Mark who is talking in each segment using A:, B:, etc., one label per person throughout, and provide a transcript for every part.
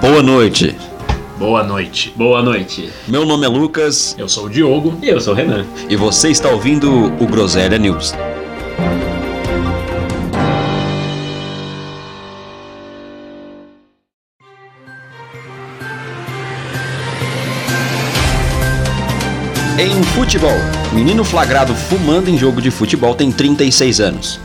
A: Boa noite.
B: Boa noite.
C: Boa noite.
A: Meu nome é Lucas
B: Eu sou o Diogo.
C: E eu sou o Renan.
A: e você está ouvindo o Groselha News. Em futebol, menino flagrado fumando em jogo de futebol tem 36 anos.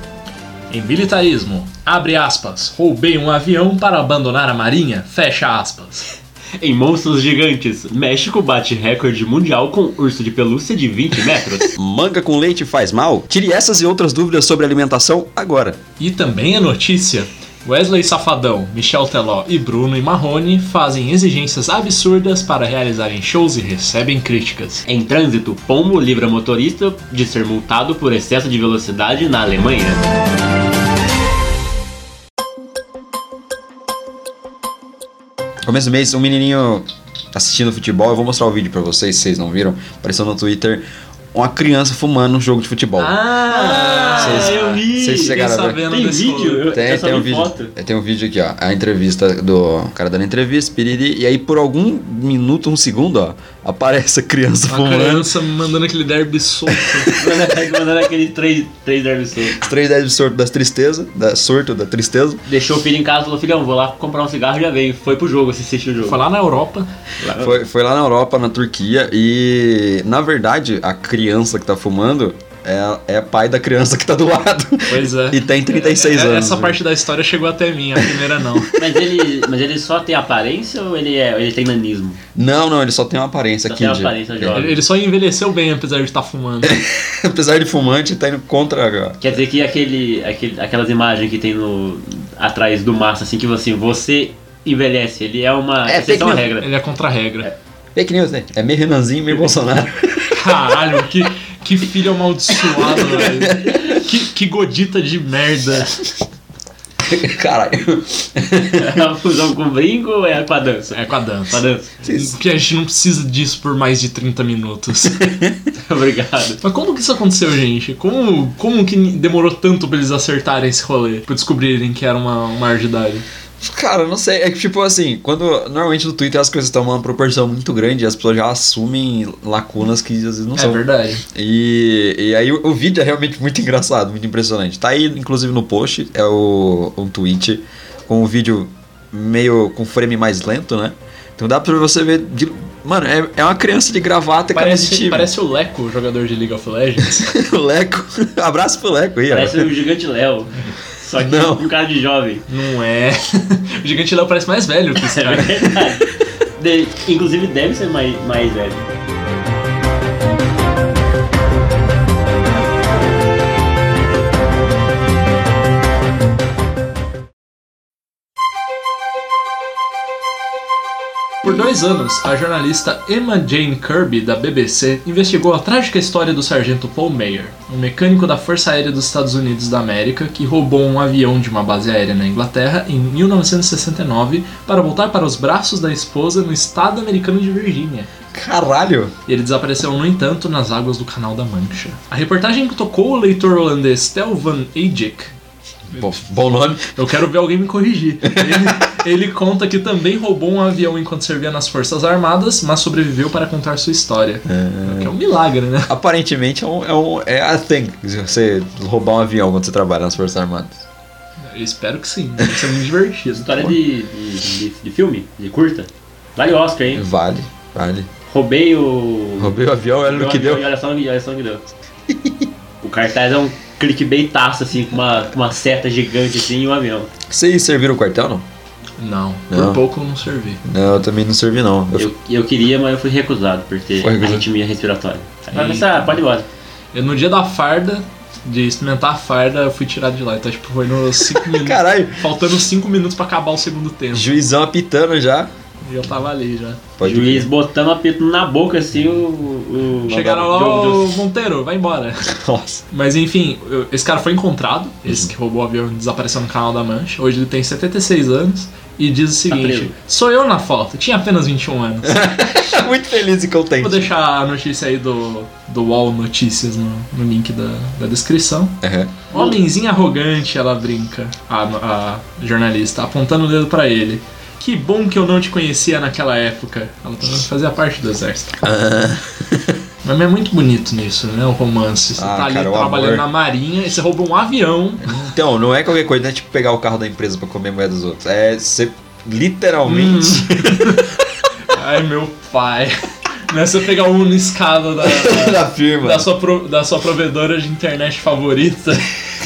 B: Em militarismo, abre aspas, roubei um avião para abandonar a marinha, fecha aspas.
C: Em monstros gigantes, México bate recorde mundial com urso de pelúcia de 20 metros.
A: Manga com leite faz mal? Tire essas e outras dúvidas sobre alimentação agora.
B: E também a notícia, Wesley Safadão, Michel Teló e Bruno e Marrone fazem exigências absurdas para realizarem shows e recebem críticas.
C: em trânsito, pombo livra motorista de ser multado por excesso de velocidade na Alemanha.
A: Começo do mês, um menininho tá assistindo futebol. Eu vou mostrar o vídeo pra vocês, se vocês não viram. Apareceu no Twitter uma criança fumando um jogo de futebol.
B: Ah,
A: Vocês-
C: eu vi.
A: vocês chegaram a ver?
B: sabendo Tá desse rolê.
C: Eu- eu
A: Tem,
C: só
A: tem um
C: vi
A: vídeo.
C: foto.
A: é, Tem um vídeo aqui, ó. A entrevista do o cara dando entrevista, piriri. E aí, por algum minuto, um segundo, ó, aparece a criança
B: Uma
C: né?
A: fumando.
B: criança mandando aquele derby solto.
C: Mandando aquele 3 derbys.
A: Os três dedos de sorto das tristezas, da sorto da tristeza.
C: Deixou o filho em casa e falou: Filhão, vou lá comprar um cigarro já veio. Foi pro jogo, assistir o jogo.
B: Foi lá na Europa.
C: Lá-
A: Foi, foi lá na Europa, na Turquia, e na verdade, a criança que tá fumando é, é pai da criança que tá do lado.
B: Pois é.
A: E tem 36
B: É, é,
A: anos. né?
B: Essa
A: viu?
B: parte da história chegou até mim, a primeira não.
C: Mas ele, mas ele só tem aparência ou ele, é, ele tem nanismo?
A: Não, não, ele só tem uma aparência
C: Só
A: aqui.
C: tem uma
A: de-
C: aparência jovem.
B: Ele ele só envelheceu bem, apesar de estar fumando.
A: Apesar de fumante, tá indo contra.
C: Quer dizer que aquele, aquele, aquelas imagens que tem no atrás do Massa, assim, que assim, você envelhece, ele é uma
A: É,
C: exceção à
A: fake
C: regra.
B: Ele é contra a regra.
A: Fake news, né? É meio Renanzinho, meio Bolsonaro.
B: Caralho, que, que filho amaldiçoado, velho. Que, que godita de merda.
A: Caralho.
C: É a fusão com brinco ou é com a dança?
B: É com a
C: Com a
B: dança.
C: dança.
A: Vocês-
B: Porque a gente não precisa disso por mais de 30 minutos.
C: Obrigado.
B: Mas como que isso aconteceu, gente? Como, como que demorou tanto pra eles acertarem esse rolê? Pra descobrirem que era uma, uma ardidade?
A: Cara, eu não sei. É que, tipo assim, quando. Normalmente no Twitter as coisas tomam uma proporção muito grande e as pessoas já assumem lacunas que às vezes não
B: É
A: são.
B: verdade.
A: E, e aí o, o vídeo é realmente muito engraçado, muito impressionante. Tá aí, inclusive, no post, é o, um tweet com um vídeo meio com frame mais lento, né? Então dá pra você ver. de- mano, é, é uma criança de gravata e camisa de
B: Parece,
A: time.
B: parece o Leco, jogador de League of Legends.
A: o Leco. Abraço pro Leco aí, ó.
C: Parece o gigante Léo. Só que
A: Não.
C: um cara de jovem.
B: Não é. O Gigante Léo parece mais velho que esse
C: É
B: cara.
C: verdade. De- inclusive deve ser mais, mais velho.
B: Por dois anos, a jornalista Emma Jane Kirby, da BBC, investigou a trágica história do sargento Paul Mayer, um mecânico da Força Aérea dos Estados Unidos da América que roubou um avião de uma base aérea na Inglaterra em 1969 para voltar para os braços da esposa no estado americano de Virgínia.
A: Caralho!
B: Ele desapareceu, no entanto, nas águas do Canal da Mancha. A reportagem tocou o leitor holandês Tel van Eyck,
A: Bom, bom nome.
B: Eu quero ver alguém me corrigir. Ele, ele conta que também roubou um avião enquanto servia nas Forças Armadas, mas sobreviveu para contar sua história. O Que é um milagre, né?
A: Aparentemente é, um, é, um, é a thing. se Você roubar um avião quando você trabalha nas Forças Armadas.
B: Eu espero que sim. Deve ser muito divertido.
C: História de, de, de- de filme, de curta. Vale Oscar, hein?
A: Vale, vale.
C: Roubei o.
A: Roubei o avião, olha no que deu.
C: E olha só no que, olha só no que deu. o cartaz é um clickbaitaço, assim, com uma, com uma seta gigante, assim, e um avião.
A: Vocês serviram o quartel, não?
B: Não,
A: Não.
B: por pouco eu não servi.
A: Não, eu também não servi, não. Eu
C: Eu, eu queria, mas eu fui recusado por ter
A: Foi recusado.
C: arritmia respiratória. Aí
B: Eita.
C: eu pensei, ah, pode ir embora.
B: Eu, no dia da farda, de experimentar a farda, eu fui tirado de lá. Então, tipo, foi nos 5 minutos.
A: Caralho.
B: Faltando 5 minutos pra acabar o segundo tempo.
A: Juizão apitando já.
B: E eu tava ali já.
A: Pode
C: Juiz botando apito na boca, assim, o. o
B: Chegaram
C: o-
B: lá,
C: o-
B: ô Monteiro, vai embora.
A: Nossa.
B: Mas enfim, eu- esse cara foi encontrado, esse que roubou o avião e desapareceu no canal da Mancha. Hoje ele tem 76 anos e diz o seguinte:
C: preso.
B: Sou eu na foto, tinha apenas 21 anos.
A: Muito feliz e contente.
B: Vou deixar a notícia aí do, do UOL Notícias no, no link da, da descrição.
A: Aham.
B: Homenzinho arrogante, ela brinca, a, a jornalista, apontando o dedo pra ele. Que bom que eu não te conhecia naquela época. Ela também fazia parte do exército. Mas é muito bonito nisso, né? O romance. Você
A: Ah,
B: tá ali
A: cara, o
B: trabalhando
A: amor.
B: na marinha e você rouba um avião.
A: Então, não é qualquer coisa, não é tipo pegar o carro da empresa pra comer moeda dos outros. É você literalmente.
B: Ai, meu pai. Não é você pegar um no escada da,
A: da firma.
B: Uhum. da, sua pro- da sua provedora de internet favorita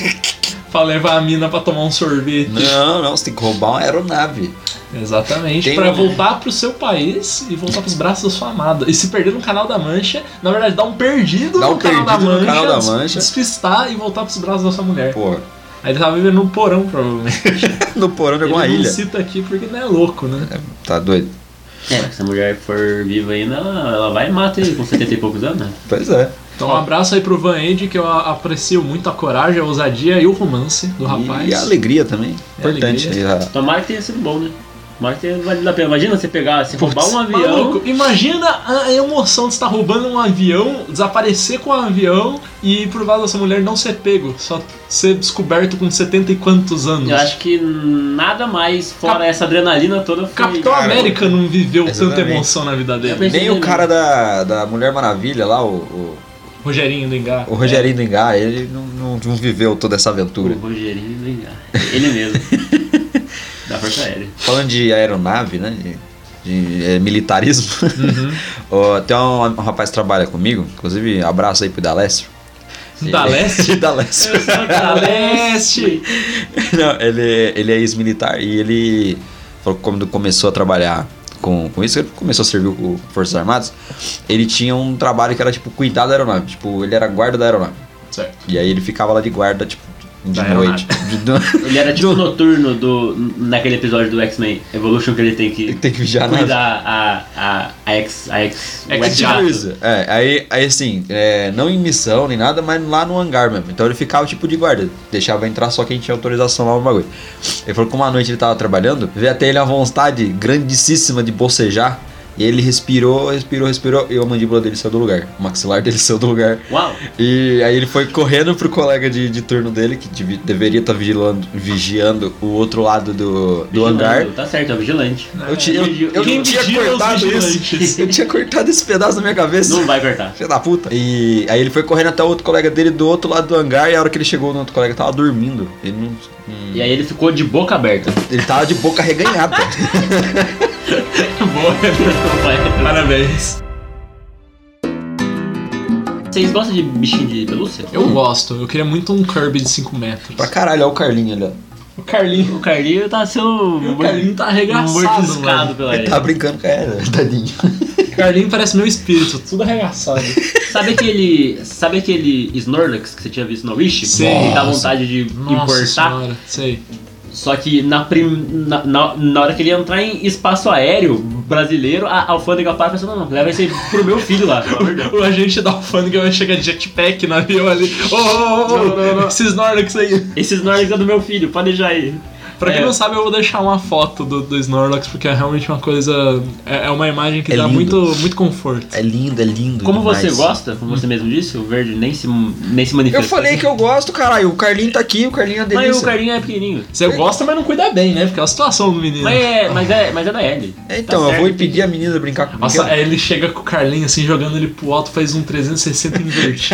B: pra levar a mina pra tomar um sorvete.
A: Não, não, você tem que roubar uma aeronave.
B: Exatamente,
A: Tem
B: pra
A: um-
B: voltar pro seu país e voltar pros braços da sua amada. E se perder no canal da Mancha, na verdade, dá um perdido,
A: Dá
B: no,
A: um
B: canal da
A: perdido
B: Mancha,
A: no canal da
B: des-
A: Mancha.
B: despistar e voltar pros braços da sua mulher.
A: Pô,
B: Aí ele tava vivendo num porão, provavelmente.
A: no porão de
B: Ele
A: alguma
B: não
A: ilha.
B: cita aqui porque não é louco, né?
A: Tá doido?
C: É, se a mulher for viva ainda, ela, ela vai e mata ele com 70 e poucos anos, né?
A: Pois é.
B: Então um abraço aí pro Van Ed, que eu a- aprecio muito a coragem, a ousadia e o romance do rapaz.
A: E a alegria também.
B: É,
A: Importante.
B: alegria.
A: aí, a-
C: Tomara que tenha sido bom, né? Tomara que tenha valido a pena. Imagina você pegar, se roubar um avião.
B: Maluco, imagina a emoção de estar roubando um avião, desaparecer com o avião e ir pro lado da sua mulher não ser pego, só ser descoberto com 70 e quantos anos.
C: Eu acho que nada mais, fora essa adrenalina toda, foi.
B: Capitão
A: Cara,
B: América não viveu tanta
A: exatamente.
B: emoção na vida
C: Eu
B: dele.
C: pensei-
A: Nem o cara da, da Mulher Maravilha lá, o, o,
B: Rogerinho do Engar.
A: o Rogerinho do Engar, ele não, não, não viveu toda essa
C: O
A: aventura.
C: Rogerinho Vingar. Ele mesmo. da Força Aérea.
A: Falando de aeronave, né? De, de, eh, militarismo. Ó, tem um, um rapaz que trabalha comigo, inclusive, abraço aí pro Dalestro.
B: Da Leste?
A: Da Leste.
B: Da Leste!
A: Não, ele, ele é ex-militar e ele falou que quando começou a trabalhar com, com isso, ele começou a servir com Forças Armadas, ele tinha um trabalho que era tipo cuidar da aeronave. Tipo, ele era guarda da aeronave.
B: Certo.
A: E aí ele ficava lá de guarda, tipo, de
B: Da
A: noite. De
C: Ele era tipo noturno do, naquele episódio do X-Men Evolution que ele tem que
A: no... Tem que vigiar nada.
C: cuidar a, a, a ex. A ex.
B: Ex-
C: o
A: É tipo
B: jato.
A: isso. É, aí, aí assim, é, não em missão nem nada, mas lá no hangar mesmo. Então ele ficava tipo de guarda, deixava entrar só quem tinha autorização lá no bagulho. Ele falou que uma noite ele tava trabalhando, veio até ele a vontade grandíssima de bocejar. E ele respirou, respirou, respirou, e a mandíbula dele saiu do lugar. O maxilar dele saiu do lugar.
C: Uau!
A: E aí ele foi correndo pro colega de, de turno dele, que devi- deveria estar vigilando, vigiando o outro lado do, do
C: vigilando.
A: hangar.
C: Tá certo, é o vigilante.
A: Eu, ti- eu, eu,
B: Quem
A: não tinha
B: vigila os
A: cortado
B: vigilantes?
A: isso. Eu tinha cortado esse pedaço da minha cabeça.
C: Não vai cortar.
A: Filha da puta. E aí ele foi correndo até o outro colega dele do outro lado do hangar e a hora que ele chegou no outro colega tava dormindo. Ele não.
C: E aí ele ficou de boca aberta.
A: Ele tava de boca reganhada.
B: Boa. Parabéns.
C: Vocês gostam de bichinho de pelúcia?
B: Eu gosto, eu queria muito um Kirby de 5 metros.
A: pra caralho, olha o Carlinho ali. ó.
B: O Carlinho.
C: O Carlinho tá sendo.
B: O Carlinho tá arregaçado,
C: Mortiscado
B: mano.
C: pela
A: Ele
C: areia.
A: tava brincando com ela, tadinho.
B: O Carlinho parece meu espírito, tudo arregaçado.
C: Sabe aquele. Sabe aquele Snorlax que você tinha visto no Wish?
B: Sei.
C: Que dá
A: Nossa.
C: vontade de
B: Nossa
C: importar.
B: senhora, sei.
C: Só que na, prim- na, na- na hora que ele entrar em espaço aéreo brasileiro, a a alfândega para e fala assim, não, não, leva esse aí pro meu filho lá, pelo amor de Deus."
B: O agente da alfândega vai chegar de jetpack no avião ali. Ô, ô,
C: Não, não,
B: ô, ô,
C: não.
B: esses Snorlax aí.
C: Esse Snorlax é do meu filho, pode deixar aí.
B: Pra quem
C: É.
B: não sabe, eu vou deixar uma foto do, do Snorlax, porque é realmente uma coisa. É, é uma imagem que
A: É
B: dá
A: lindo.
B: muito, muito conforto.
A: É lindo, é lindo.
C: Como
A: demais.
C: você gosta, como você mesmo disse, o verde nem se, nem se manifesta.
A: Eu falei que eu gosto, caralho. O Carlinho tá aqui, o Carlinho é delícia.
C: Mas o Carlinho é pequenininho.
B: Você gosta, mas não cuida bem, né? Porque é a situação do menino.
C: Mas é, mas é, mas é da L.
A: Então, eu vou impedir a menina de brincar comigo.
B: Nossa,
C: é,
B: aí ele chega com o Carlinho assim, jogando ele pro alto, faz um 360 invertido.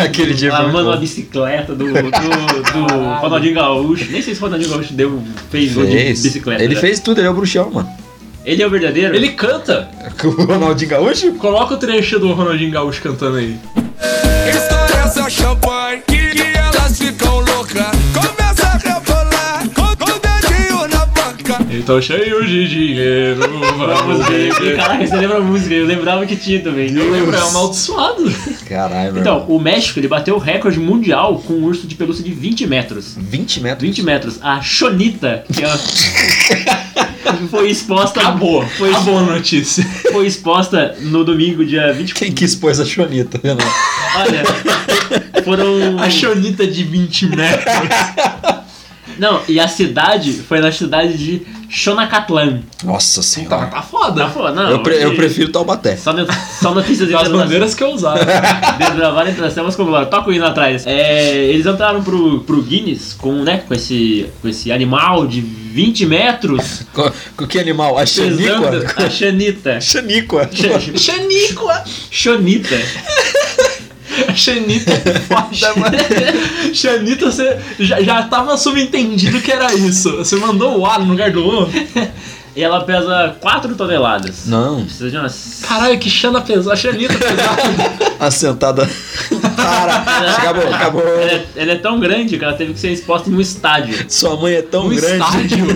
A: Aquele dia foi
C: Ela
A: muito
C: manda uma
A: bom.
C: bicicleta do, do, do Ronaldinho Gaúcho. Nem sei se o Ronaldinho Gaúcho deu, fez gol de
A: Fez.
C: bicicleta.
A: Ele
C: né?
A: fez tudo, ele é o bruxão, mano.
C: Ele é o verdadeiro?
B: ele canta!
A: Com o Ronaldinho Gaúcho?
B: Coloca o trecho do Ronaldinho Gaúcho cantando aí.
D: Estoura essa champanhe que elas ficam loucas. Começa a rebolar com, com o dedinho na boca.
B: Então cheio de dinheiro, vamos
C: Vamos ver.
B: beber.
C: Caraca, você lembra a música? Eu lembrava que tinha também.
B: Eu lembro, é amaldiçoado.
A: Caralho, meu
C: Então,
A: irmão.
C: o México ele bateu o recorde mundial com um urso de pelúcia de 20 metros.
A: 20 metros.
C: 20 metros. A Chonita, que é- foi exposta.
B: Acabou, foi
C: Foi,
B: Tá a boa notícia.
C: foi exposta no domingo, dia 24.
A: Quem que expôs a Chonita, né? Renan?
C: Olha, foram.
B: A Xonita de 20 metros.
C: Não, e a cidade foi na cidade de Shonakatlan.
A: Nossa
B: Tá,
A: senhora.
B: tá foda.
C: Tá foda, não.
A: eu, pre- eu
C: e-
A: prefiro Taubaté.
C: Só, no- só notícias
B: As
C: internacionais.
B: bandeiras que eu usava.
C: Desbravar entre as temas como lá, toca o hino atrás. É, eles entraram pro, pro Guinness com, né, com, esse, com esse animal de 20 metros
A: Com, com que animal? A
C: pesando
A: Xaníqua?
C: a Xanita.
A: Xaníqua.
C: Xan-
B: Xaníqua!
C: Xonita.
B: Xanita é foda, mano. Xanita, você já, já tava subentendido que era isso. Você mandou o A no lugar do U.
C: E ela pesa 4 toneladas.
A: Não,
C: Precisa de umas.
B: Caralho, que Xana pesada. Xanita pesada.
A: assentada. Para! Acabou, acabou.
C: Ela é, ela é tão grande que ela teve que ser exposta em um estádio.
A: Sua mãe é tão
B: Um
A: grande.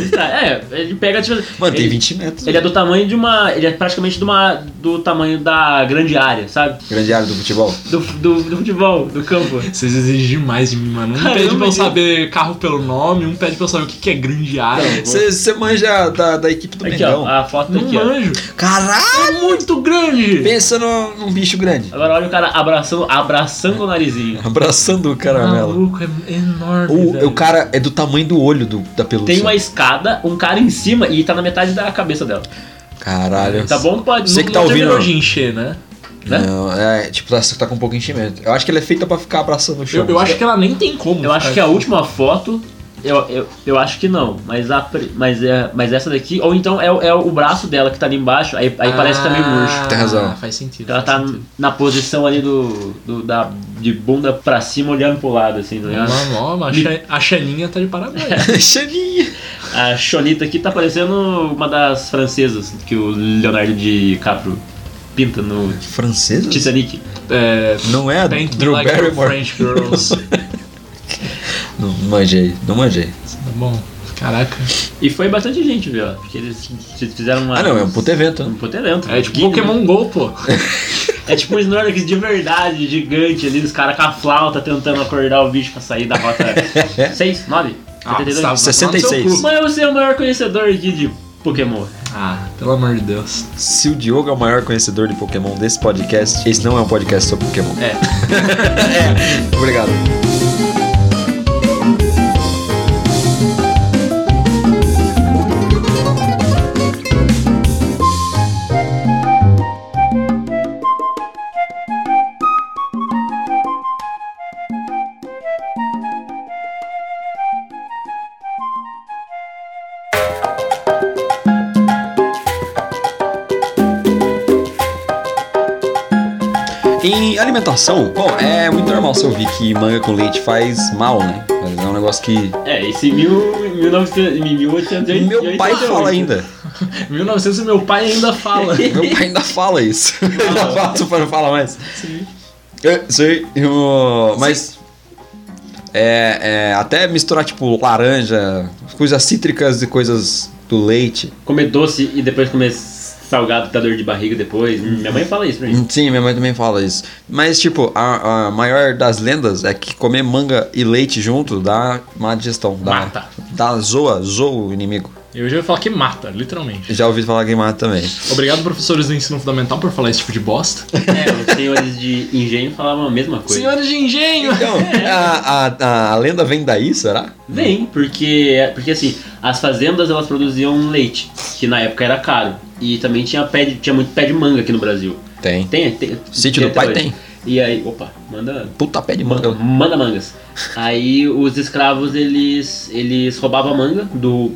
B: estádio.
C: É, ele pega tipo.
A: Mano, tem
C: ele-
A: 20 metros.
C: Ele é do tamanho de uma. Ele é praticamente de uma, do tamanho da grande área, sabe?
A: Grande área do futebol.
C: Do, do, do futebol, do campo.
B: Vocês exigem demais de mim, mano. Um
C: Caramba,
B: pede pra eu
C: gente.
B: saber carro pelo nome, um pede pra eu saber o que, que é grande área.
A: Você manja da, da equipe do
C: Aqui, ó, Ah.
A: Mengão.
C: a foto
B: Não
C: aqui, ó.
B: manjo.
A: Caralho!
B: É muito grande.
A: Pensa no- num bicho grande.
C: Agora olha o cara abraçando, abraçando o narizinho.
A: Abraçando o caramelo.
B: Maluco, é enorme.
A: O,
B: velho.
A: o cara é do tamanho do olho do, da pelúcia.
C: Tem uma escada, um cara em cima e tá na metade da cabeça dela.
A: Caralho.
C: Tá bom? Pode.
A: Você
C: não-
A: que tá
C: não
A: ouvindo-
B: Terminou de encher, né?
C: né?
A: Não, é tipo, tá, tá com um pouco de enchimento. Eu acho que ela é feita pra ficar abraçando o chão.
B: Eu, eu acho que ela nem tem como.
C: Eu acho
B: cara.
C: que é a última foto. Eu, eu, eu acho que não, mas, a, pri- mas, é, mas essa daqui, ou então é, o- é o braço dela que tá ali embaixo, aí, aí parece que tá meio murcho.
A: Tem razão.
B: Ah, Faz sentido.
C: Ela tá
B: faz sentido.
C: na posição ali do, do- da, de bunda pra cima olhando pro lado, assim, tá ligado?
B: Ó, ó, a Xa- a Xaninha tá de parabéns.
A: Xaninha.
C: A Chonita aqui tá parecendo uma das francesas que o Leonardo DiCaprio pinta no
A: Francesa?
C: Titanic.
B: É,
A: Não é a
B: Paint me
A: Drew
B: like a
A: Barrymore.
B: French Girls. tá
A: Não manjei, não manjei.
B: Tá bom. Caraca.
C: E foi bastante gente, viu? Porque eles fizeram uma.
A: Ah não, é um puto evento.
C: Um
A: né?
C: puto evento.
B: É tipo
C: Guinness.
B: Pokémon GO, pô.
C: É tipo um Snorlax de verdade, gigante ali, os caras com a flauta tentando acordar o bicho pra sair da rota 6, 9,
B: Ah, Gustavo,
C: 72.
B: vai tomar no seu
A: 66.
B: cu.
C: Mas eu sou o maior conhecedor aqui de Pokémon.
B: Ah, pelo amor de Deus.
A: Se o Diogo é o maior conhecedor de Pokémon desse podcast, esse não é um podcast sobre Pokémon.
C: É.
A: É. Obrigado. Em alimentação, bom, é muito normal você ouvir que manga com leite faz mal, né? Mas é um negócio que
C: É, esse mil, 1900, 1888.
A: meu pai fala ainda.
B: 1900 e meu pai ainda fala.
A: Meu pai ainda fala isso. Ainda fala, super não fala mais. É, Sei, eu- mas é, é, até misturar tipo laranja, coisas cítricas e coisas do leite.
C: Comer doce e depois comer salgado tá dor de barriga depois. Minha mãe fala isso pra mim.
A: Sim, minha mãe também fala isso. Mas tipo, a, a maior das lendas é que comer manga e leite junto dá má digestão, dá,
B: Mata.
A: dá zoa, zoa o inimigo.
B: Eu já ia falar que mata, literalmente.
A: Já ouvi falar que mata também.
B: Obrigado, professores do ensino fundamental, por falar esse tipo de bosta.
C: É, os senhores de engenho falavam a mesma coisa.
B: Senhores de engenho!
A: Então, a, a, a lenda vem daí, será?
C: Vem, porque, porque assim, as fazendas elas produziam leite, que na época era caro. E também tinha, pé de, tinha muito pé de manga aqui no Brasil.
A: Tem.
C: Tem, tem.
A: Sítio do
C: até
A: pai
C: hoje.
A: tem.
C: E aí, opa, manda.
A: Puta pé de manga.
C: Manda, manda mangas. Aí os escravos eles eles roubavam a manga do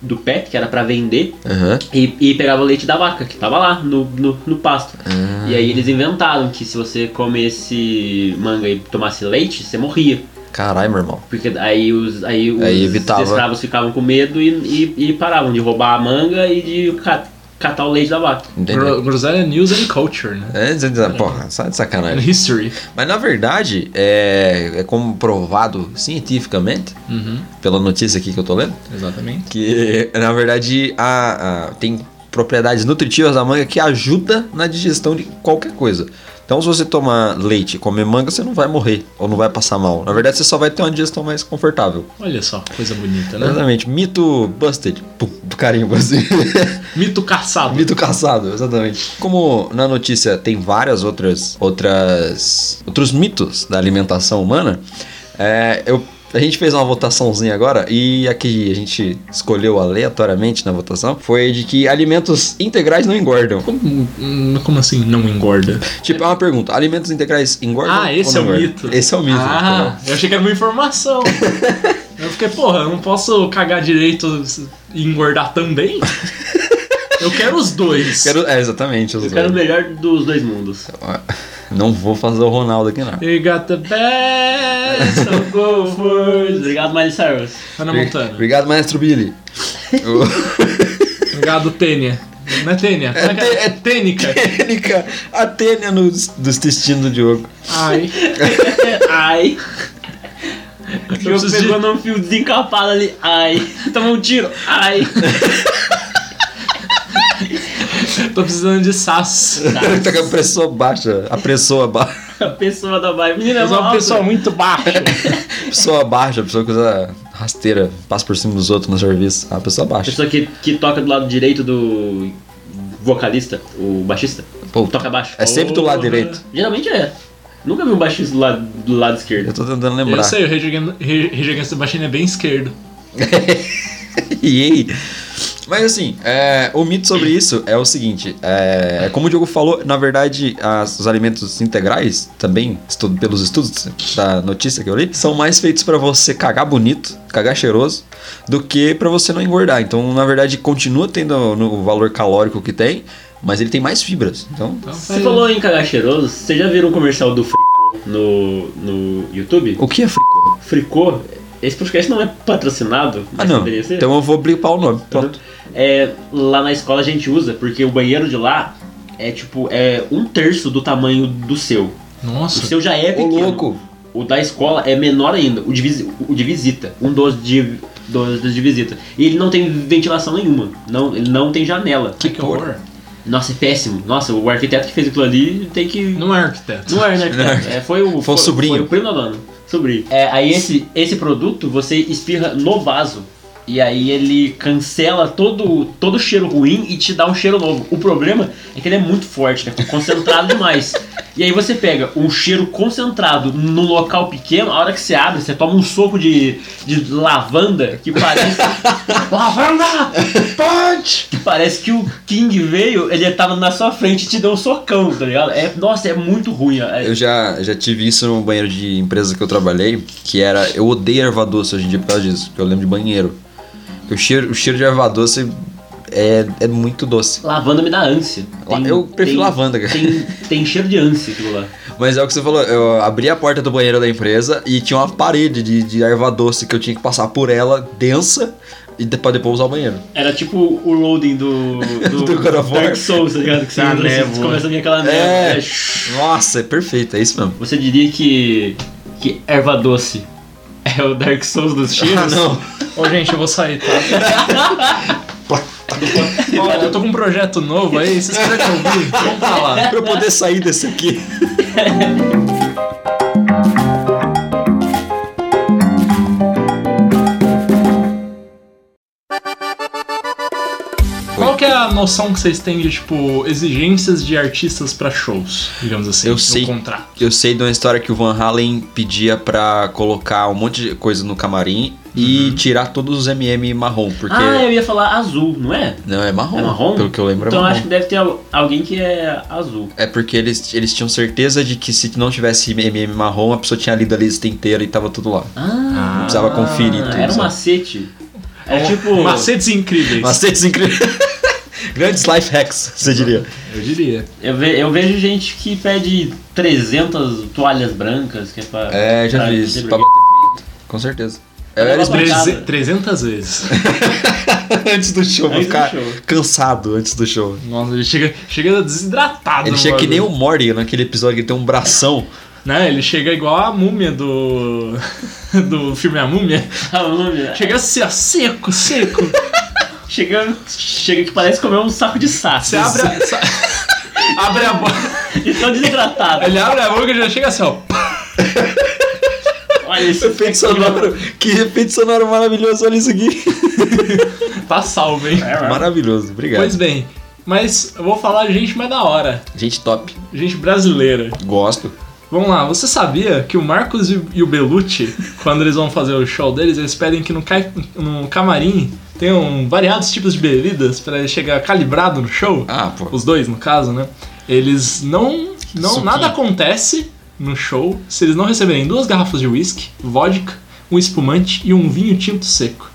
C: do pé que era pra vender
A: Aham.
C: e, e pegavam o leite da vaca que tava lá no, no, no pasto.
A: Ah.
C: E aí eles inventaram que se você comesse manga e tomasse leite, você morria.
A: Caralho, meu irmão.
C: Porque aí os, aí os
A: Aí evitava.
C: escravos ficavam com medo e, e, e paravam de roubar a manga e de ca- catar o leite da vaca.
A: Entendeu?
B: Gro- Groselha é News and Culture, né?
A: É, zé- zé- porra, sai de
B: And
A: sacanagem.
B: History.
A: Mas na verdade, é, é comprovado cientificamente,
B: Uhum,
A: pela notícia aqui que eu tô lendo,
B: exatamente.
A: que na verdade a, a- tem propriedades nutritivas da manga que ajuda na digestão de qualquer coisa. Então, se você tomar leite e comer manga, você não vai morrer ou não vai passar mal. Na verdade, você só vai ter uma digestão mais confortável.
B: Olha só, coisa bonita, né?
A: Exatamente. Mito busted. Pum, do carimbo, assim.
B: Mito caçado.
A: Mito caçado, exatamente. Como na notícia tem várias outras, outras, outros mitos da alimentação humana, é, eu A gente fez uma votaçãozinha agora e a que a gente escolheu aleatoriamente na votação foi de que alimentos integrais não engordam.
B: Como, hum, como assim não engorda?
A: Tipo, é uma pergunta: alimentos integrais engordam?
B: Ah, esse é
A: ou
B: o
A: não engordam?
B: mito.
A: Esse é o mito.
B: Ah,
A: entendeu?
B: eu achei que era uma informação. eu fiquei, porra, eu não posso cagar direito e engordar também? Eu quero os dois.
A: Quero, é, exatamente. os
C: Eu quero o
A: dois.
C: melhor dos dois mundos.
A: Não vou fazer o Ronaldo aqui, não.
B: You got the best of both worlds.
C: Obrigado, Miley Cyrus.
B: Ana Montana.
A: Obrigado, maestro Billy.
B: Obrigado, Tênia. Não é Tênia? Como É, que
A: Tê-
B: é,
A: é
B: Tênica.
A: Tênica, a tênia é no, dos destinos do Diogo.
B: Ai.
C: Ai. Eu
B: preciso de-
C: pegou num fio desencapado ali. Ai. Tomou um tiro. Ai.
B: Tô precisando de sas.
A: tá com a pressão baixa, a pressão baixa,
C: A pessoa da Bahia. Menina,
B: Mas é uma
C: alto.
B: pessoa muito baixa.
A: a pessoa baixa, a pessoa que usa rasteira, passa por cima dos outros no serviço, a pessoa baixa.
C: pessoa que, que toca do lado direito do vocalista, o baixista.
A: Pô,
C: toca baixo.
A: É sempre do lado
B: Porra.
A: direito.
C: Geralmente é. Nunca vi um baixista do lado, do lado
A: Eu
C: esquerdo.
A: tô tentando
B: Eu
A: lembrar.
B: sei, o Rage Against- Rage Rage Against the Machine é bem esquerdo.
A: E aí? Mas assim, é, o mito sobre isso é o seguinte: é, é como o Diogo falou, na verdade, as- os alimentos integrais, também, estu- pelos estudos da notícia que eu li, são mais feitos pra você cagar bonito, cagar cheiroso, do que pra você não engordar. Então, na verdade, continua tendo no valor calórico que tem, mas ele tem mais fibras. Então,
B: Então,
C: Você
B: faz-
C: falou em cagar cheiroso, você já viram um comercial do Fricô no, no YouTube?
A: o que é fricô?
C: Fricô, esse podcast não é patrocinado,
A: Ah,
C: mas
A: não.
C: poderia ser.
A: Então eu vou blipar o nome. Pronto.
C: É, lá na escola a gente usa, porque o banheiro de lá é tipo, é um terço do tamanho do seu. O
B: Nossa.
C: seu já é
A: Ô,
C: pequeno.
A: louco!
C: O da escola é menor ainda, o de, visi- o de visita, um dos de, dos dos de visita. E ele não tem ventilação nenhuma, não, ele não tem janela.
B: Que,
A: um
B: que horror.
C: Nossa, é péssimo. Nossa, o arquiteto que fez aquilo ali tem que...
B: Não é arquiteto.
C: Não era, né? arquiteto? É, foi o
A: Foi o sobrinho.
C: Foi o primo da dona. Sobrinho. É, aí esse, esse produto você espirra no vaso. E aí ele cancela todo todo o cheiro ruim e te dá um cheiro novo. O problema é que ele é muito forte, né? Concentrado demais. E aí você pega um cheiro concentrado num local pequeno, a hora que você abre, você toma um soco de, de lavanda que parece. lavanda!
A: Pode!
C: Parece que o King veio, ele tava na sua frente e te deu um socão, tá ligado? É, nossa, é muito ruim. é-
A: Eu já, já tive isso no banheiro de empresa que eu trabalhei, que era. Eu odeio erva doce hoje em dia por causa disso, porque eu lembro de banheiro. O cheiro, o cheiro de erva doce é, é muito doce.
C: Lavanda me dá ânsia.
A: La- eu prefiro lavanda, cara.
C: Tem, tem cheiro de ânsia aquilo lá.
A: Mas é o que você falou, eu abri a porta do banheiro da empresa e tinha uma parede de, de erva doce que eu tinha que passar por ela, densa, e de- pra depois usar o banheiro.
C: Era tipo o loading do, do,
A: Do God of War.
C: Dark Souls, tá ligado? Que você
B: Da
C: entra, assim,
B: névoa.
C: começa a vir aquela névoa.
A: É.
C: é, shh.
A: Nossa, é perfeito, é isso mesmo.
C: Você diria que, que erva doce é o Dark Souls dos
A: Ah,
C: cheiros?
A: não.
B: Ô, gente, eu vou sair, tá? Olha, eu tô com um projeto novo aí, vocês querem que eu vi? Vamos pra lá.
A: Pra eu poder sair desse aqui.
B: Qual que é a noção que vocês têm de, tipo, exigências de artistas pra shows, digamos assim,
A: Eu
B: no
A: sei.
B: contrato?
A: Eu sei de uma história que o Van Halen pedia pra colocar um monte de coisa no camarim e tirar todos os MM marrom, porque
C: Uhum. Ah, eu ia falar azul, não é?
A: não é marrom,
C: É marrom?
A: pelo que eu lembro
C: Então
A: é
C: eu
A: marrom.
C: acho que deve ter al- alguém que é azul.
A: É porque eles, eles tinham certeza de que se não tivesse MM marrom, a pessoa tinha lido a lista inteira e tava tudo lá.
C: Ah,
A: Precisava conferir tudo.
C: era um
A: sabe?
C: macete.
A: É um
C: Era tipo.
B: Macetes incríveis.
A: Macetes incríveis. Grandes life hacks, você diria.
B: Eu diria.
C: Eu, ve- eu vejo gente que pede 300 toalhas brancas, que é pra.
A: É, já
C: pra-
A: vi isso.
C: pra-
A: Pra bater Com certeza. É,
C: Pra
A: eles
C: lavar
A: brincam
C: Obrigado.
B: Treze- 300 vezes.
A: antes do show, vou
C: Antes do
A: ficar
C: show.
A: cansado antes do show.
B: Nossa, ele chega, chega desidratado.
A: Ele
B: no
A: chega que nem o
B: bagulho.
A: Morty naquele episódio que ele tem um bração.
B: Né, ele chega igual a múmia do... do filme A Múmia.
C: Ah, vamos ver.
B: Chega assim, ó, seco, seco.
C: Chega, chega que parece comer um saco de saco.
B: Você abre a... sa- abre a boca...
C: E tão desidratado.
B: Ele abre a boca e já chega assim, ó.
C: Olha esse
A: Efeito sonoro, que efeito sonoro maravilhoso, olha isso aqui.
B: Tá salvo, hein?
C: É, Ah.
A: Maravilhoso, obrigado.
B: Pois bem, mas eu vou falar de gente mais da hora.
A: Gente top,
B: Gente brasileira.
A: gosto.
B: Vamos lá, você sabia que o Marcos e e o Belucci, quando eles vão fazer o show deles, eles pedem que no, cai- no camarim tenham variados tipos de bebidas pra ele chegar calibrado no show?
A: Ah, pô.
B: Os dois, no caso, né? Eles não. não
E: Suquinho.
B: nada acontece no show se eles não receberem duas garrafas de uísque, vodka, um espumante e um vinho tinto seco.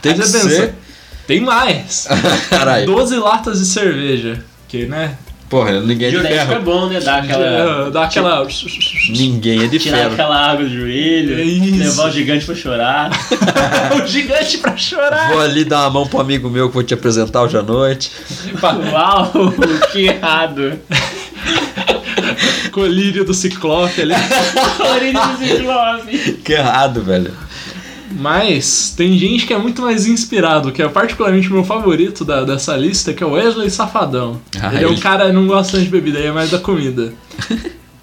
A: Tem
B: Aí
A: que
B: você pensa,
A: ser.
B: Tem mais!
A: Caralho.
B: 12 latas de cerveja. Que, né? ah,
A: Porra, ninguém é de
C: Diurético é
A: ferro.
C: bom, né? Dar aquela.
B: Dá aquela.
A: Ninguém é de
C: Tirar
A: ferro.
C: aquela água do joelho,
B: É isso.
C: levar o gigante pra chorar.
B: o gigante pra chorar.
A: Vou ali dar uma mão pro amigo meu que vou te apresentar hoje à noite.
C: Uau, que errado.
B: Colírio do Ciclope ali.
C: Orelha do ciclope.
A: Que errado, velho.
B: Mas tem gente que é muito mais inspirado, que é particularmente meu favorito da- dessa lista, que é o Wesley Safadão.
A: Ah,
B: ele é um
A: ele-
B: cara que não gosta de bebida, ele é mais da comida.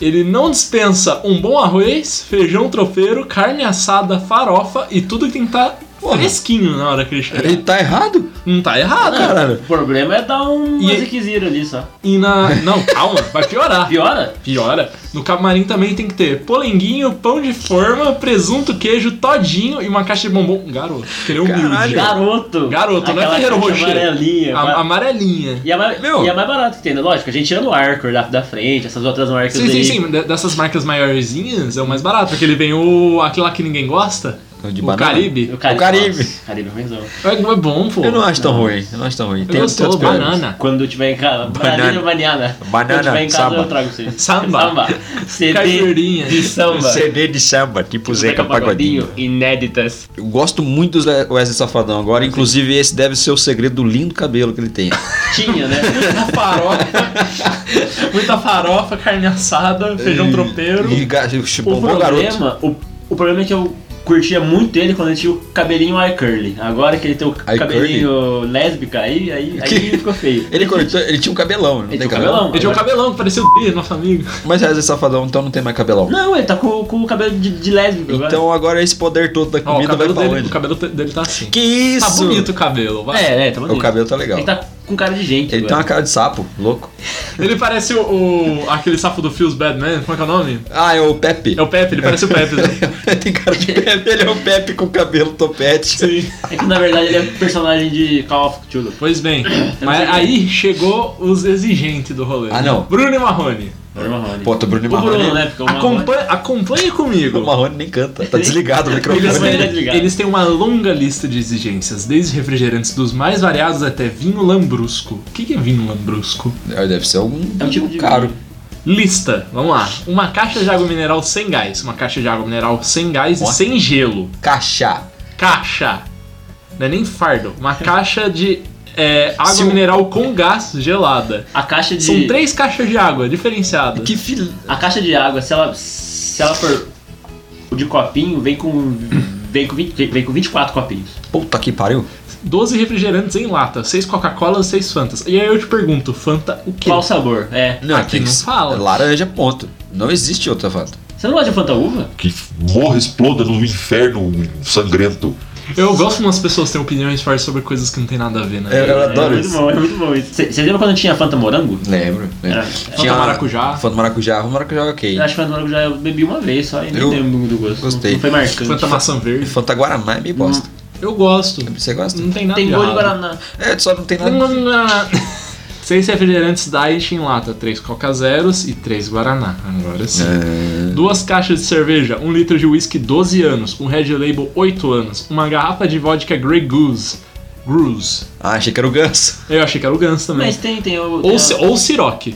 B: ele não dispensa um bom arroz, feijão tropeiro, carne assada, farofa e tudo que tem que estar
A: Porra.
B: fresquinho na hora que ele chegar.
A: Ele tá errado,
B: Não tá errado, cara.
A: caralho.
C: O problema é dar um
B: E-
C: ziquezira ali só.
B: E na. Não, calma, vai piorar.
C: Piora?
B: Piora. No camarim também tem que ter polenguinho, pão de forma, presunto, queijo, todinho e uma caixa de bombom. Garoto, querer um
A: Caralho.
C: Garoto.
B: Garoto, não é
C: Aquela
B: Ferreiro
C: caixa
B: Rocher.
C: Amarelinha.
B: A- amarelinha.
C: E é, mais,
A: Meu.
C: e é mais barato que tem, né? Lógico, a gente tira no Arcor da, da frente, essas outras marcas
B: Sim, sim,
C: aí.
B: sim. de- Dessas marcas maiorzinhas é o mais barato, porque ele vem o. aquele lá que ninguém gosta.
A: O de
B: o
A: banana?
B: Caribe.
C: O Caribe.
A: O Caribe.
C: Nossa, Caribe é ruimzão.
B: É, não é bom, pô.
A: Eu não acho tão ruim, eu não acho tão ruim.
B: Eu
A: outros
B: gostou,
A: problemas.
B: banana.
C: Quando tiver em casa,
A: Banana.
C: banana. Banana.
A: Banana,
C: Quando tiver em casa,
A: samba.
C: eu trago pra vocês.
B: Samba.
C: CD
B: Cajurinha.
C: de samba. é
A: CD Um de samba, tipo Zeca Pagodinho.
C: Inéditas.
A: Eu gosto muito do Zé- Wesley Safadão agora, inclusive esse deve ser o segredo do lindo cabelo que ele tem.
C: Tinha, né?
B: Muita farofa. Muita farofa, carne assada, feijão tropeiro.
A: E, ga- e tipo, um
C: O
A: bom, bom garoto.
C: problema, o, o problema é que eu curtia muito ele quando ele tinha o cabelinho iCurly. Agora que ele tem o
A: iCurly?
C: cabelinho lésbica, aí, aí, aí
A: Que-
C: ficou feio.
A: Ele, cortou, ele tinha um cabelão, não tem
C: Ele tinha um
A: cabelão?
C: cabelão.
B: Ele tinha um cabelão que parecia o D, nosso amigo.
A: Mas Wesley Safadão então não tem mais cabelão.
C: Não, ele tá com, com o cabelo de, de lésbica agora.
A: Então agora esse poder todo da
B: é? Ó, o
A: comida vai
B: cabelo,
A: pra
B: dele,
A: onde?
B: o cabelo te- dele tá assim.
A: Que isso?
B: Tá bonito o cabelo, vai.
C: É, é, tá bonito.
A: O cabelo tá legal.
C: Ele tá com cara de gente.
A: Ele tá tem uma
B: é.
C: agora.
A: cara de sapo, louco.
B: Ele parece o, o- aquele safo do Feels Batman, como é que é o nome?
A: Ah, é o Pepe.
B: É o Pepe, ele parece o Pepe, né?
A: tem cara de Pepe, ele é o Pepe com cabelo topete.
B: Sim.
C: É que na verdade ele é personagem de Call of Cthulhu.
B: Pois bem, mas aí chegou os exigentes do rolê.
A: Ah, não.
B: Bruno e Marrone.
C: Bruno Marrone.
A: É. Pô, o Bruno
C: o Bruno,
A: Marrone.
C: né? Porque o Marrone...
B: Acompanha, acompanhe
A: O
B: comigo.
A: Marrone nem canta, tá desligado o
B: Eles,
A: microfone.
C: Ele é desligado.
B: eles têm uma longa lista de exigências, desde refrigerantes dos mais variados até vinho lambrusco. O que que é vinho lambrusco?
A: Ah, Deve ser um,
C: É um tipo de-
A: caro.
B: Lista, vamos lá. Uma caixa de água mineral sem gás, uma caixa de água mineral sem gás
A: Ó.
B: e sem gelo.
A: Cachá.
B: caixa. Não é nem fardo. Uma caixa de é, água
A: Se o-
B: mineral com gás gelada.
C: A caixa de...
B: São três caixas de água diferenciadas.
A: Que filho.
C: A caixa de água, se ela, se ela for de copinho, vem com, vem com, 20, vem com 24 copinhos.
A: Puta que pariu.
B: 12 refrigerantes em lata, seis Coca-Cola, seis Fantas. E aí eu te pergunto, Fanta o quê?
C: Qual o sabor? É.
A: Não,
B: Aqui
A: tem que
B: não
A: ser-
B: fala.
A: Laranja, ponto. Não existe outra fanta.
C: Você não gosta de Fanta Uva?
E: Que morra, exploda no inferno sangrento.
B: Eu gosto quando as pessoas têm opiniões fortes sobre coisas que não tem nada a ver, né?
A: Eu, eu adoro
C: é muito
A: isso.
C: bom, é muito bom isso. Você lembra quando tinha Fanta Morango?
A: Lembro. lembro.
C: É.
B: Fanta maracujá.
A: Fanta maracujá. Fanta maracujá, ok.
C: Eu acho que Fanta Morango já eu bebi uma vez só e nem
A: Eu
C: lembro do gosto.
A: gostei.
C: Não foi marcante.
B: Fanta maçã verde.
A: Fanta guaraná é meio bosta.
B: Eu gosto.
A: Você gosta?
B: Não tem nada
C: Tem
B: de
C: gosto de
B: errado.
C: Guaraná.
A: É, só não tem
B: Hum.
A: nada.
B: Seis refrigerantes Diet em lata, três Coca-Zeros e três Guaraná. Agora sim.
A: É,
B: Duas caixas de cerveja, um litro de whisky 12 anos, um Red Label 8 anos, uma garrafa de vodka Grey Goose. Gruse.
A: Ah, achei que era o ganso.
B: Eu achei que era o Guns também.
C: Mas tem, tem o.
B: Ou, si- ou Ciroc.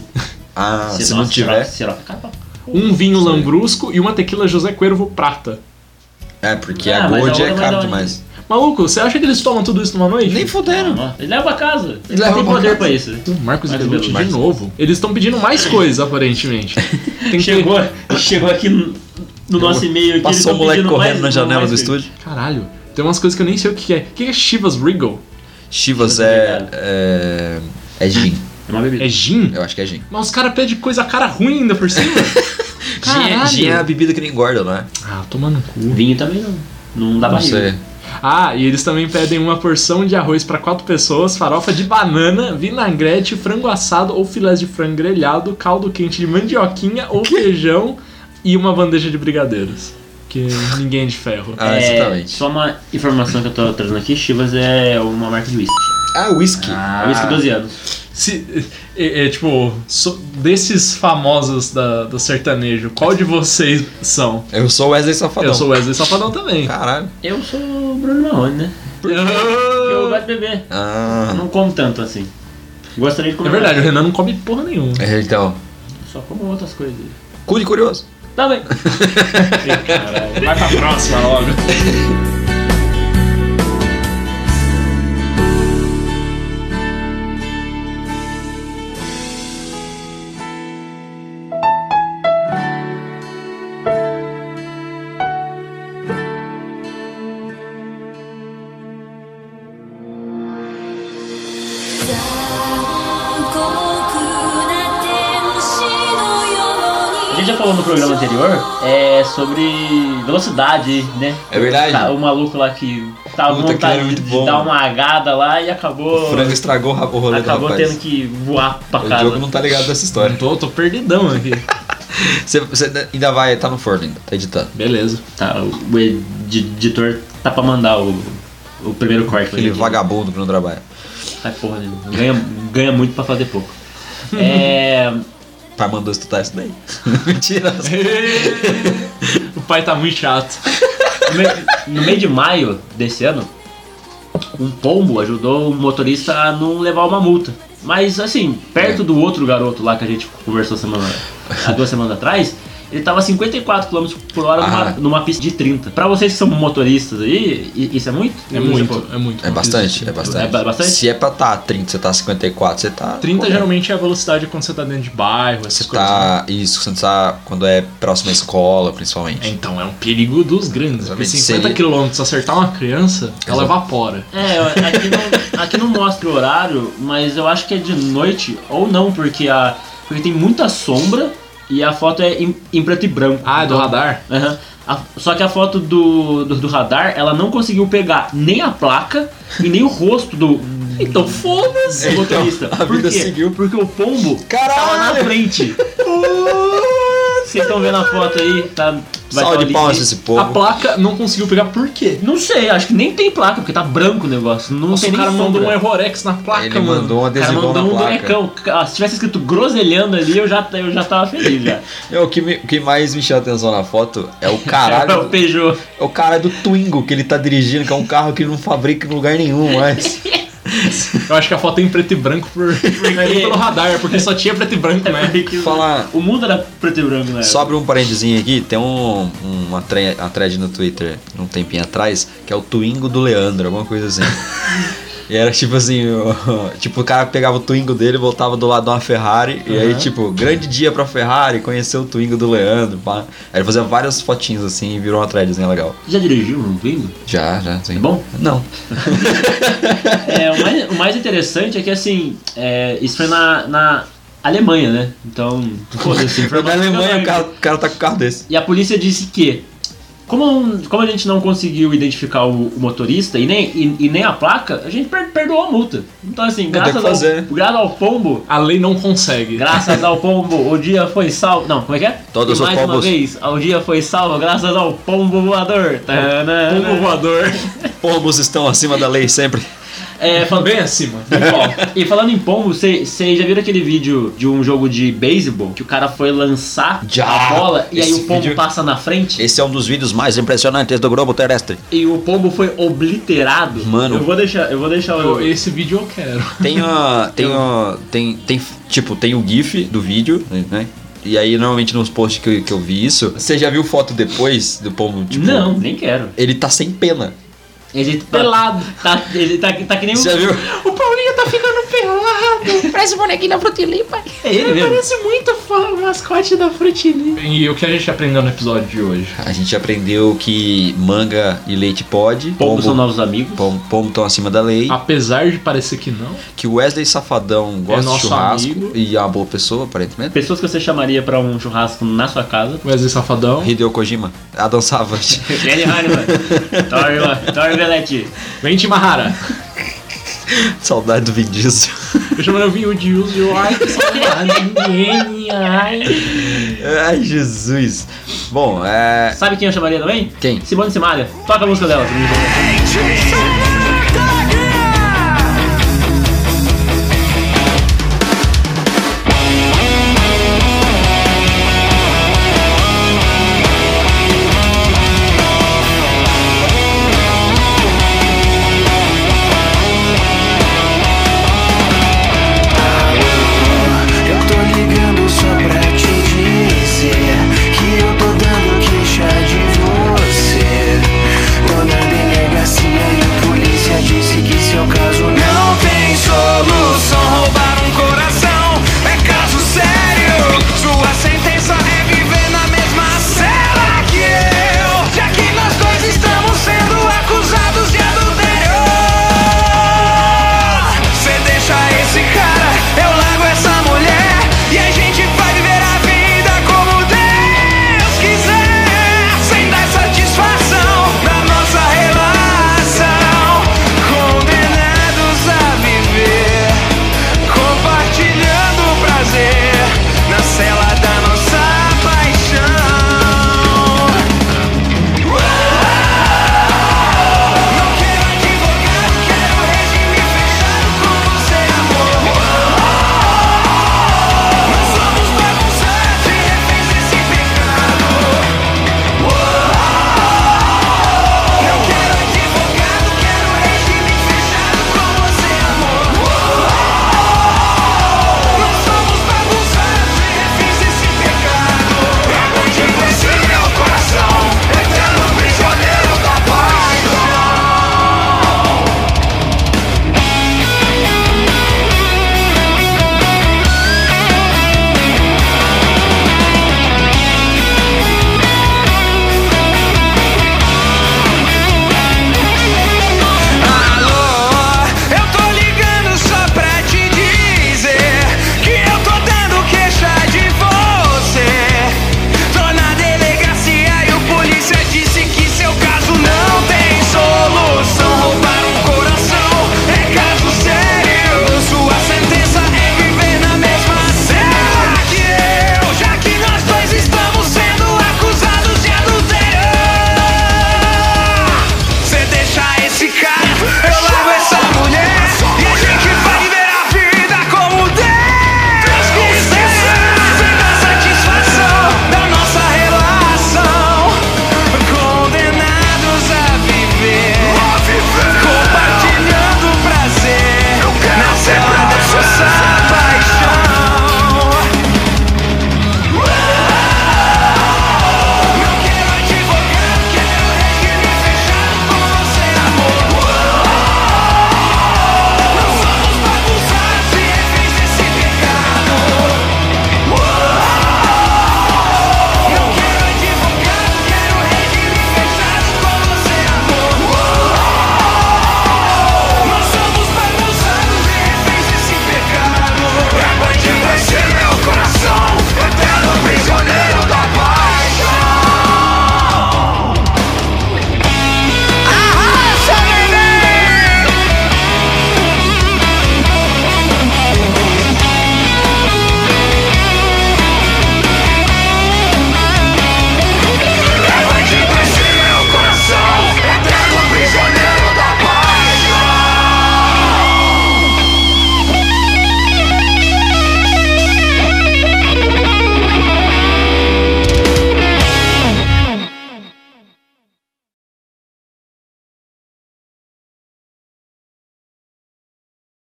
A: Ah, se não tiver.
C: Siroca, capa.
B: Um vinho lambrusco e uma tequila José Cuervo prata.
A: É, porque
C: Ah,
A: a
C: mas a
A: Gold
C: outra
A: é
C: vai
A: caro
C: dar
A: demais.
B: Maluco, você acha que eles tomam tudo isso numa noite?
A: Nem fudendo.
C: Ele leva pra casa. Ele
A: É, leva
C: tem
A: pra
C: poder
A: casa.
C: pra isso.
B: Marcos
C: Mas é
B: Belucci de
C: Belucci.
B: novo. Eles estão pedindo mais coisa, aparentemente. Tem que-
C: Chegou, chegou aqui no no nosso e-mail aqui. eles
A: Passou
C: tão
A: o moleque
C: pedindo
A: correndo
C: mais- um,
A: na janela
C: mais
A: do
C: coisa.
A: estúdio.
B: Caralho, tem umas coisas que eu nem sei o que é. O que é Chivas Regal?
A: Chivas
C: Chivas
A: é,
C: Regal.
A: é. É gin.
C: É uma bebida.
B: É gin?
A: Eu acho que é gin.
B: Mas os caras pedem coisa cara ruim ainda por cima.
A: Gin é,
B: Caralho.
A: gin é a bebida que não engorda, não é?
B: Ah, tomando cu.
C: Vinho também não. Não dá
A: Não
C: barriga.
A: sei.
B: Ah, e eles também pedem uma porção de arroz para quatro pessoas, farofa de banana, vinagrete, frango assado ou filés de frango grelhado, caldo quente de mandioquinha ou feijão e uma bandeja de brigadeiros. Que ninguém é de ferro.
A: Ah,
C: É,
A: exatamente.
C: Só uma informação que eu tô trazendo aqui, Chivas é uma marca de whisky.
A: Ah, whisky.
C: É whisky 12 anos.
B: Se, é, é, tipo, so- desses famosos da, do sertanejo, qual de vocês são?
A: Eu sou o Wesley Safadão. Ah,
B: Eu sou Wesley Safadão também.
A: Caralho.
C: Eu sou o Bruno Marrone, né?
B: Ah,
C: Eu gosto de beber. Eu
A: Ah.
C: não como tanto assim. Gostaria
B: É
C: de comer.
B: verdade, o
C: mais.
B: Renan não come porra nenhuma.
A: É, Então,
C: Só como outras coisas.
A: cu de curioso.
C: Tá bem. Ih, caralho. Vai pra próxima logo.
F: 残酷な天使のよう
C: A
F: に
C: gente já falou no programa anterior é sobre velocidade, né?
A: É verdade.
C: Tá, O maluco lá que tava com
A: Puta, aquilo era
C: vontade
A: muito
C: de
A: bom.
C: dar uma agada lá e acabou.
A: O frango estragou o ra- o rolê
C: Acabou
A: do
C: tendo
A: rapaz.
C: que voar pra
A: O
C: casa.
A: jogo não tá ligado dessa
B: Eu
A: história.
B: tô, tô perdidão aqui.
A: Você, você ainda vai, tá no forno ainda, tá editando.
B: Beleza.
C: Tá, o ed- editor tá pra mandar o, o primeiro corte. pra
A: Aquele
C: gente.
A: vagabundo que não trabalha.
C: Sai porra nenhuma. Ganha, ganha muito pra fazer pouco. É.
A: Pai mandou estudar Tá isso daí. Mentira.
B: o pai tá muito chato.
C: No meio, no meio de maio desse ano, um pombo ajudou um motorista a não levar uma multa. Mas assim,
B: É.
C: perto do outro garoto lá que a gente conversou semana, há duas semanas atrás, ele tava 54 km por hora numa,
A: Ah.
C: numa pista de 30. Pra vocês que são motoristas aí, i- isso é muito?
B: É muito, é muito.
A: É bastante, é bastante.
C: É ba- bastante?
A: Se é pra tá 30, você tá 54, você tá.
B: 30
A: Pô,
B: geralmente é a velocidade quando você tá dentro de bairro, essas
A: Você
B: coisas. né?
A: tá.
C: né?
A: Isso, você tá quando é próximo à escola,
B: É,
A: principalmente.
B: Então, é um perigo dos grandes. Porque
A: Exatamente. Seria-
B: 50 km acertar uma criança,
A: Exato.
B: ela evapora.
C: É, aqui não, aqui não mostra o horário, mas eu acho que é de noite ou não, porque, a, porque tem muita sombra e a foto é em, em preto e branco.
B: Ah, é do
C: Então,
B: radar?
C: Aham. A- só que a foto do, do, do radar, ela não conseguiu pegar nem a placa e nem o rosto do. Então foda-se!
A: Então,
C: motorista.
A: a
C: Por
A: vida
C: quê?
A: seguiu.
C: Porque o pombo tava na
A: Caralho!
C: frente. Vocês estão vendo a foto aí? Tá, vai estar o
A: Salve de
C: link
A: palmas
C: aí.
A: pra esse
B: A
A: povo.
B: placa não conseguiu pegar por quê?
C: Não sei, acho que nem tem placa, porque tá branco o negócio. Não
B: Nossa,
C: tem
B: o
C: nem
B: cara mandou um
C: sombra.
B: errorex na placa,
A: Ele
B: mano.
A: mandou um
C: O cara
A: adesivão
C: mandou um
A: na placa.
C: bonecão. Ah, Se tivesse escrito groselhando ali, eu já, eu já tava feliz já.
A: Meu, É, o, que me- o que mais me chama atenção na foto é o
C: É o
A: caralho.
C: Peugeot.
A: é o cara do Twingo que ele tá dirigindo, que é um carro que ele não fabrica em lugar nenhum mais.
B: Eu acho que a foto é em preto e branco por... não é nem pelo radar, porque só tinha preto e branco, né?
A: Falar.
C: O mundo era preto e branco, né?
A: Só abre um parentezinho aqui, tem um, uma, tre- uma thread no Twitter, um tempinho atrás, que é o Twingo do Leandro, alguma coisa assim. e era tipo assim, o- tipo, o cara pegava o Twingo dele, voltava do lado de uma Ferrari, e aí, tipo, grande dia pra Ferrari, conheceu o Twingo do Leandro, pá. Aí ele fazia várias fotinhas assim e virou uma threadzinha legal.
C: Já dirigiu um Twingo?
A: Já, já, sim.
C: É bom?
A: Não.
C: É, o, mais, o mais interessante é que assim, é, isso foi na, na Alemanha, né? Então, foda-se. foi
A: Na Alemanha o cara, o cara tá com um carro desse.
C: E a polícia disse que, como, como a gente não conseguiu identificar o, o motorista e nem, e, e nem a placa, a gente per- perdoou a multa. Então,
A: tem
C: assim,
A: o que
C: graças ao,
A: fazer. né?
C: graças ao pombo.
B: A lei não consegue.
C: Graças ao pombo, o dia foi salvo. Não, como é que é?
A: Todos
C: e
A: os
C: mais uma
A: pombos.
C: vez, o dia foi salvo graças ao pombo voador. Tanana.
B: Pombo voador.
A: Pombos estão acima da lei sempre.
C: É, falando
B: Bem acima.
C: Bom, e falando em pombo, vocês já viram aquele vídeo de um jogo de beisebol que o cara foi lançar
A: Já.
C: a bola e aí
A: Esse
C: o pombo
A: vídeo-
C: passa na frente
A: Esse é um dos vídeos mais impressionantes do Globo Terrestre.
C: e o pombo foi obliterado?
A: Mano.
C: eu vou deixar, eu vou deixar
B: Pô,
C: o
B: Esse vídeo eu quero.
A: Tem a. Tem a. Tem, tem. Tipo, tem o GIF do vídeo, né? E aí, normalmente nos posts que eu, que eu vi isso. Você já viu foto depois do pombo? Tipo,
C: Não, nem quero.
A: Ele tá sem pena.
C: Ele tá pelado. Tá, ele tá, tá que nem
A: Você já
C: o.
A: viu?
G: O Paulinho tá ficando pelado. Parece o bonequinho da Frutilimpa.
C: É ele
G: Ele
C: mesmo.
G: parece muito fã, o mascote da Frutilimpa.
B: E o que a gente aprendeu no episódio de hoje?
A: A gente aprendeu que manga e leite pode.
C: Pombos são novos amigos.
A: pom- pombo estão acima da lei.
B: Ah. Apesar de parecer que não,
A: Que o Wesley Safadão gosta de
B: nosso
A: churrasco.
B: amigo.
A: E é uma boa pessoa, aparentemente.
C: Pessoas que você chamaria pra um churrasco na sua casa.
B: Wesley Safadão.
A: Hideo Kojima. Adam Savage.
C: Kenny Hanneman. Torre, lá, torre Velete.
B: Vem, Timahara.
A: Saudade do Vin Diesel.
B: Eu chamo de Yuji Yuji. Ai, que saudade. Ai.
A: Ai, Jesus. Bom, é.
C: Sabe quem eu chamaria também?
A: Quem?
C: Simone Simaria. Toca a música dela. pra mim.
D: Chama um É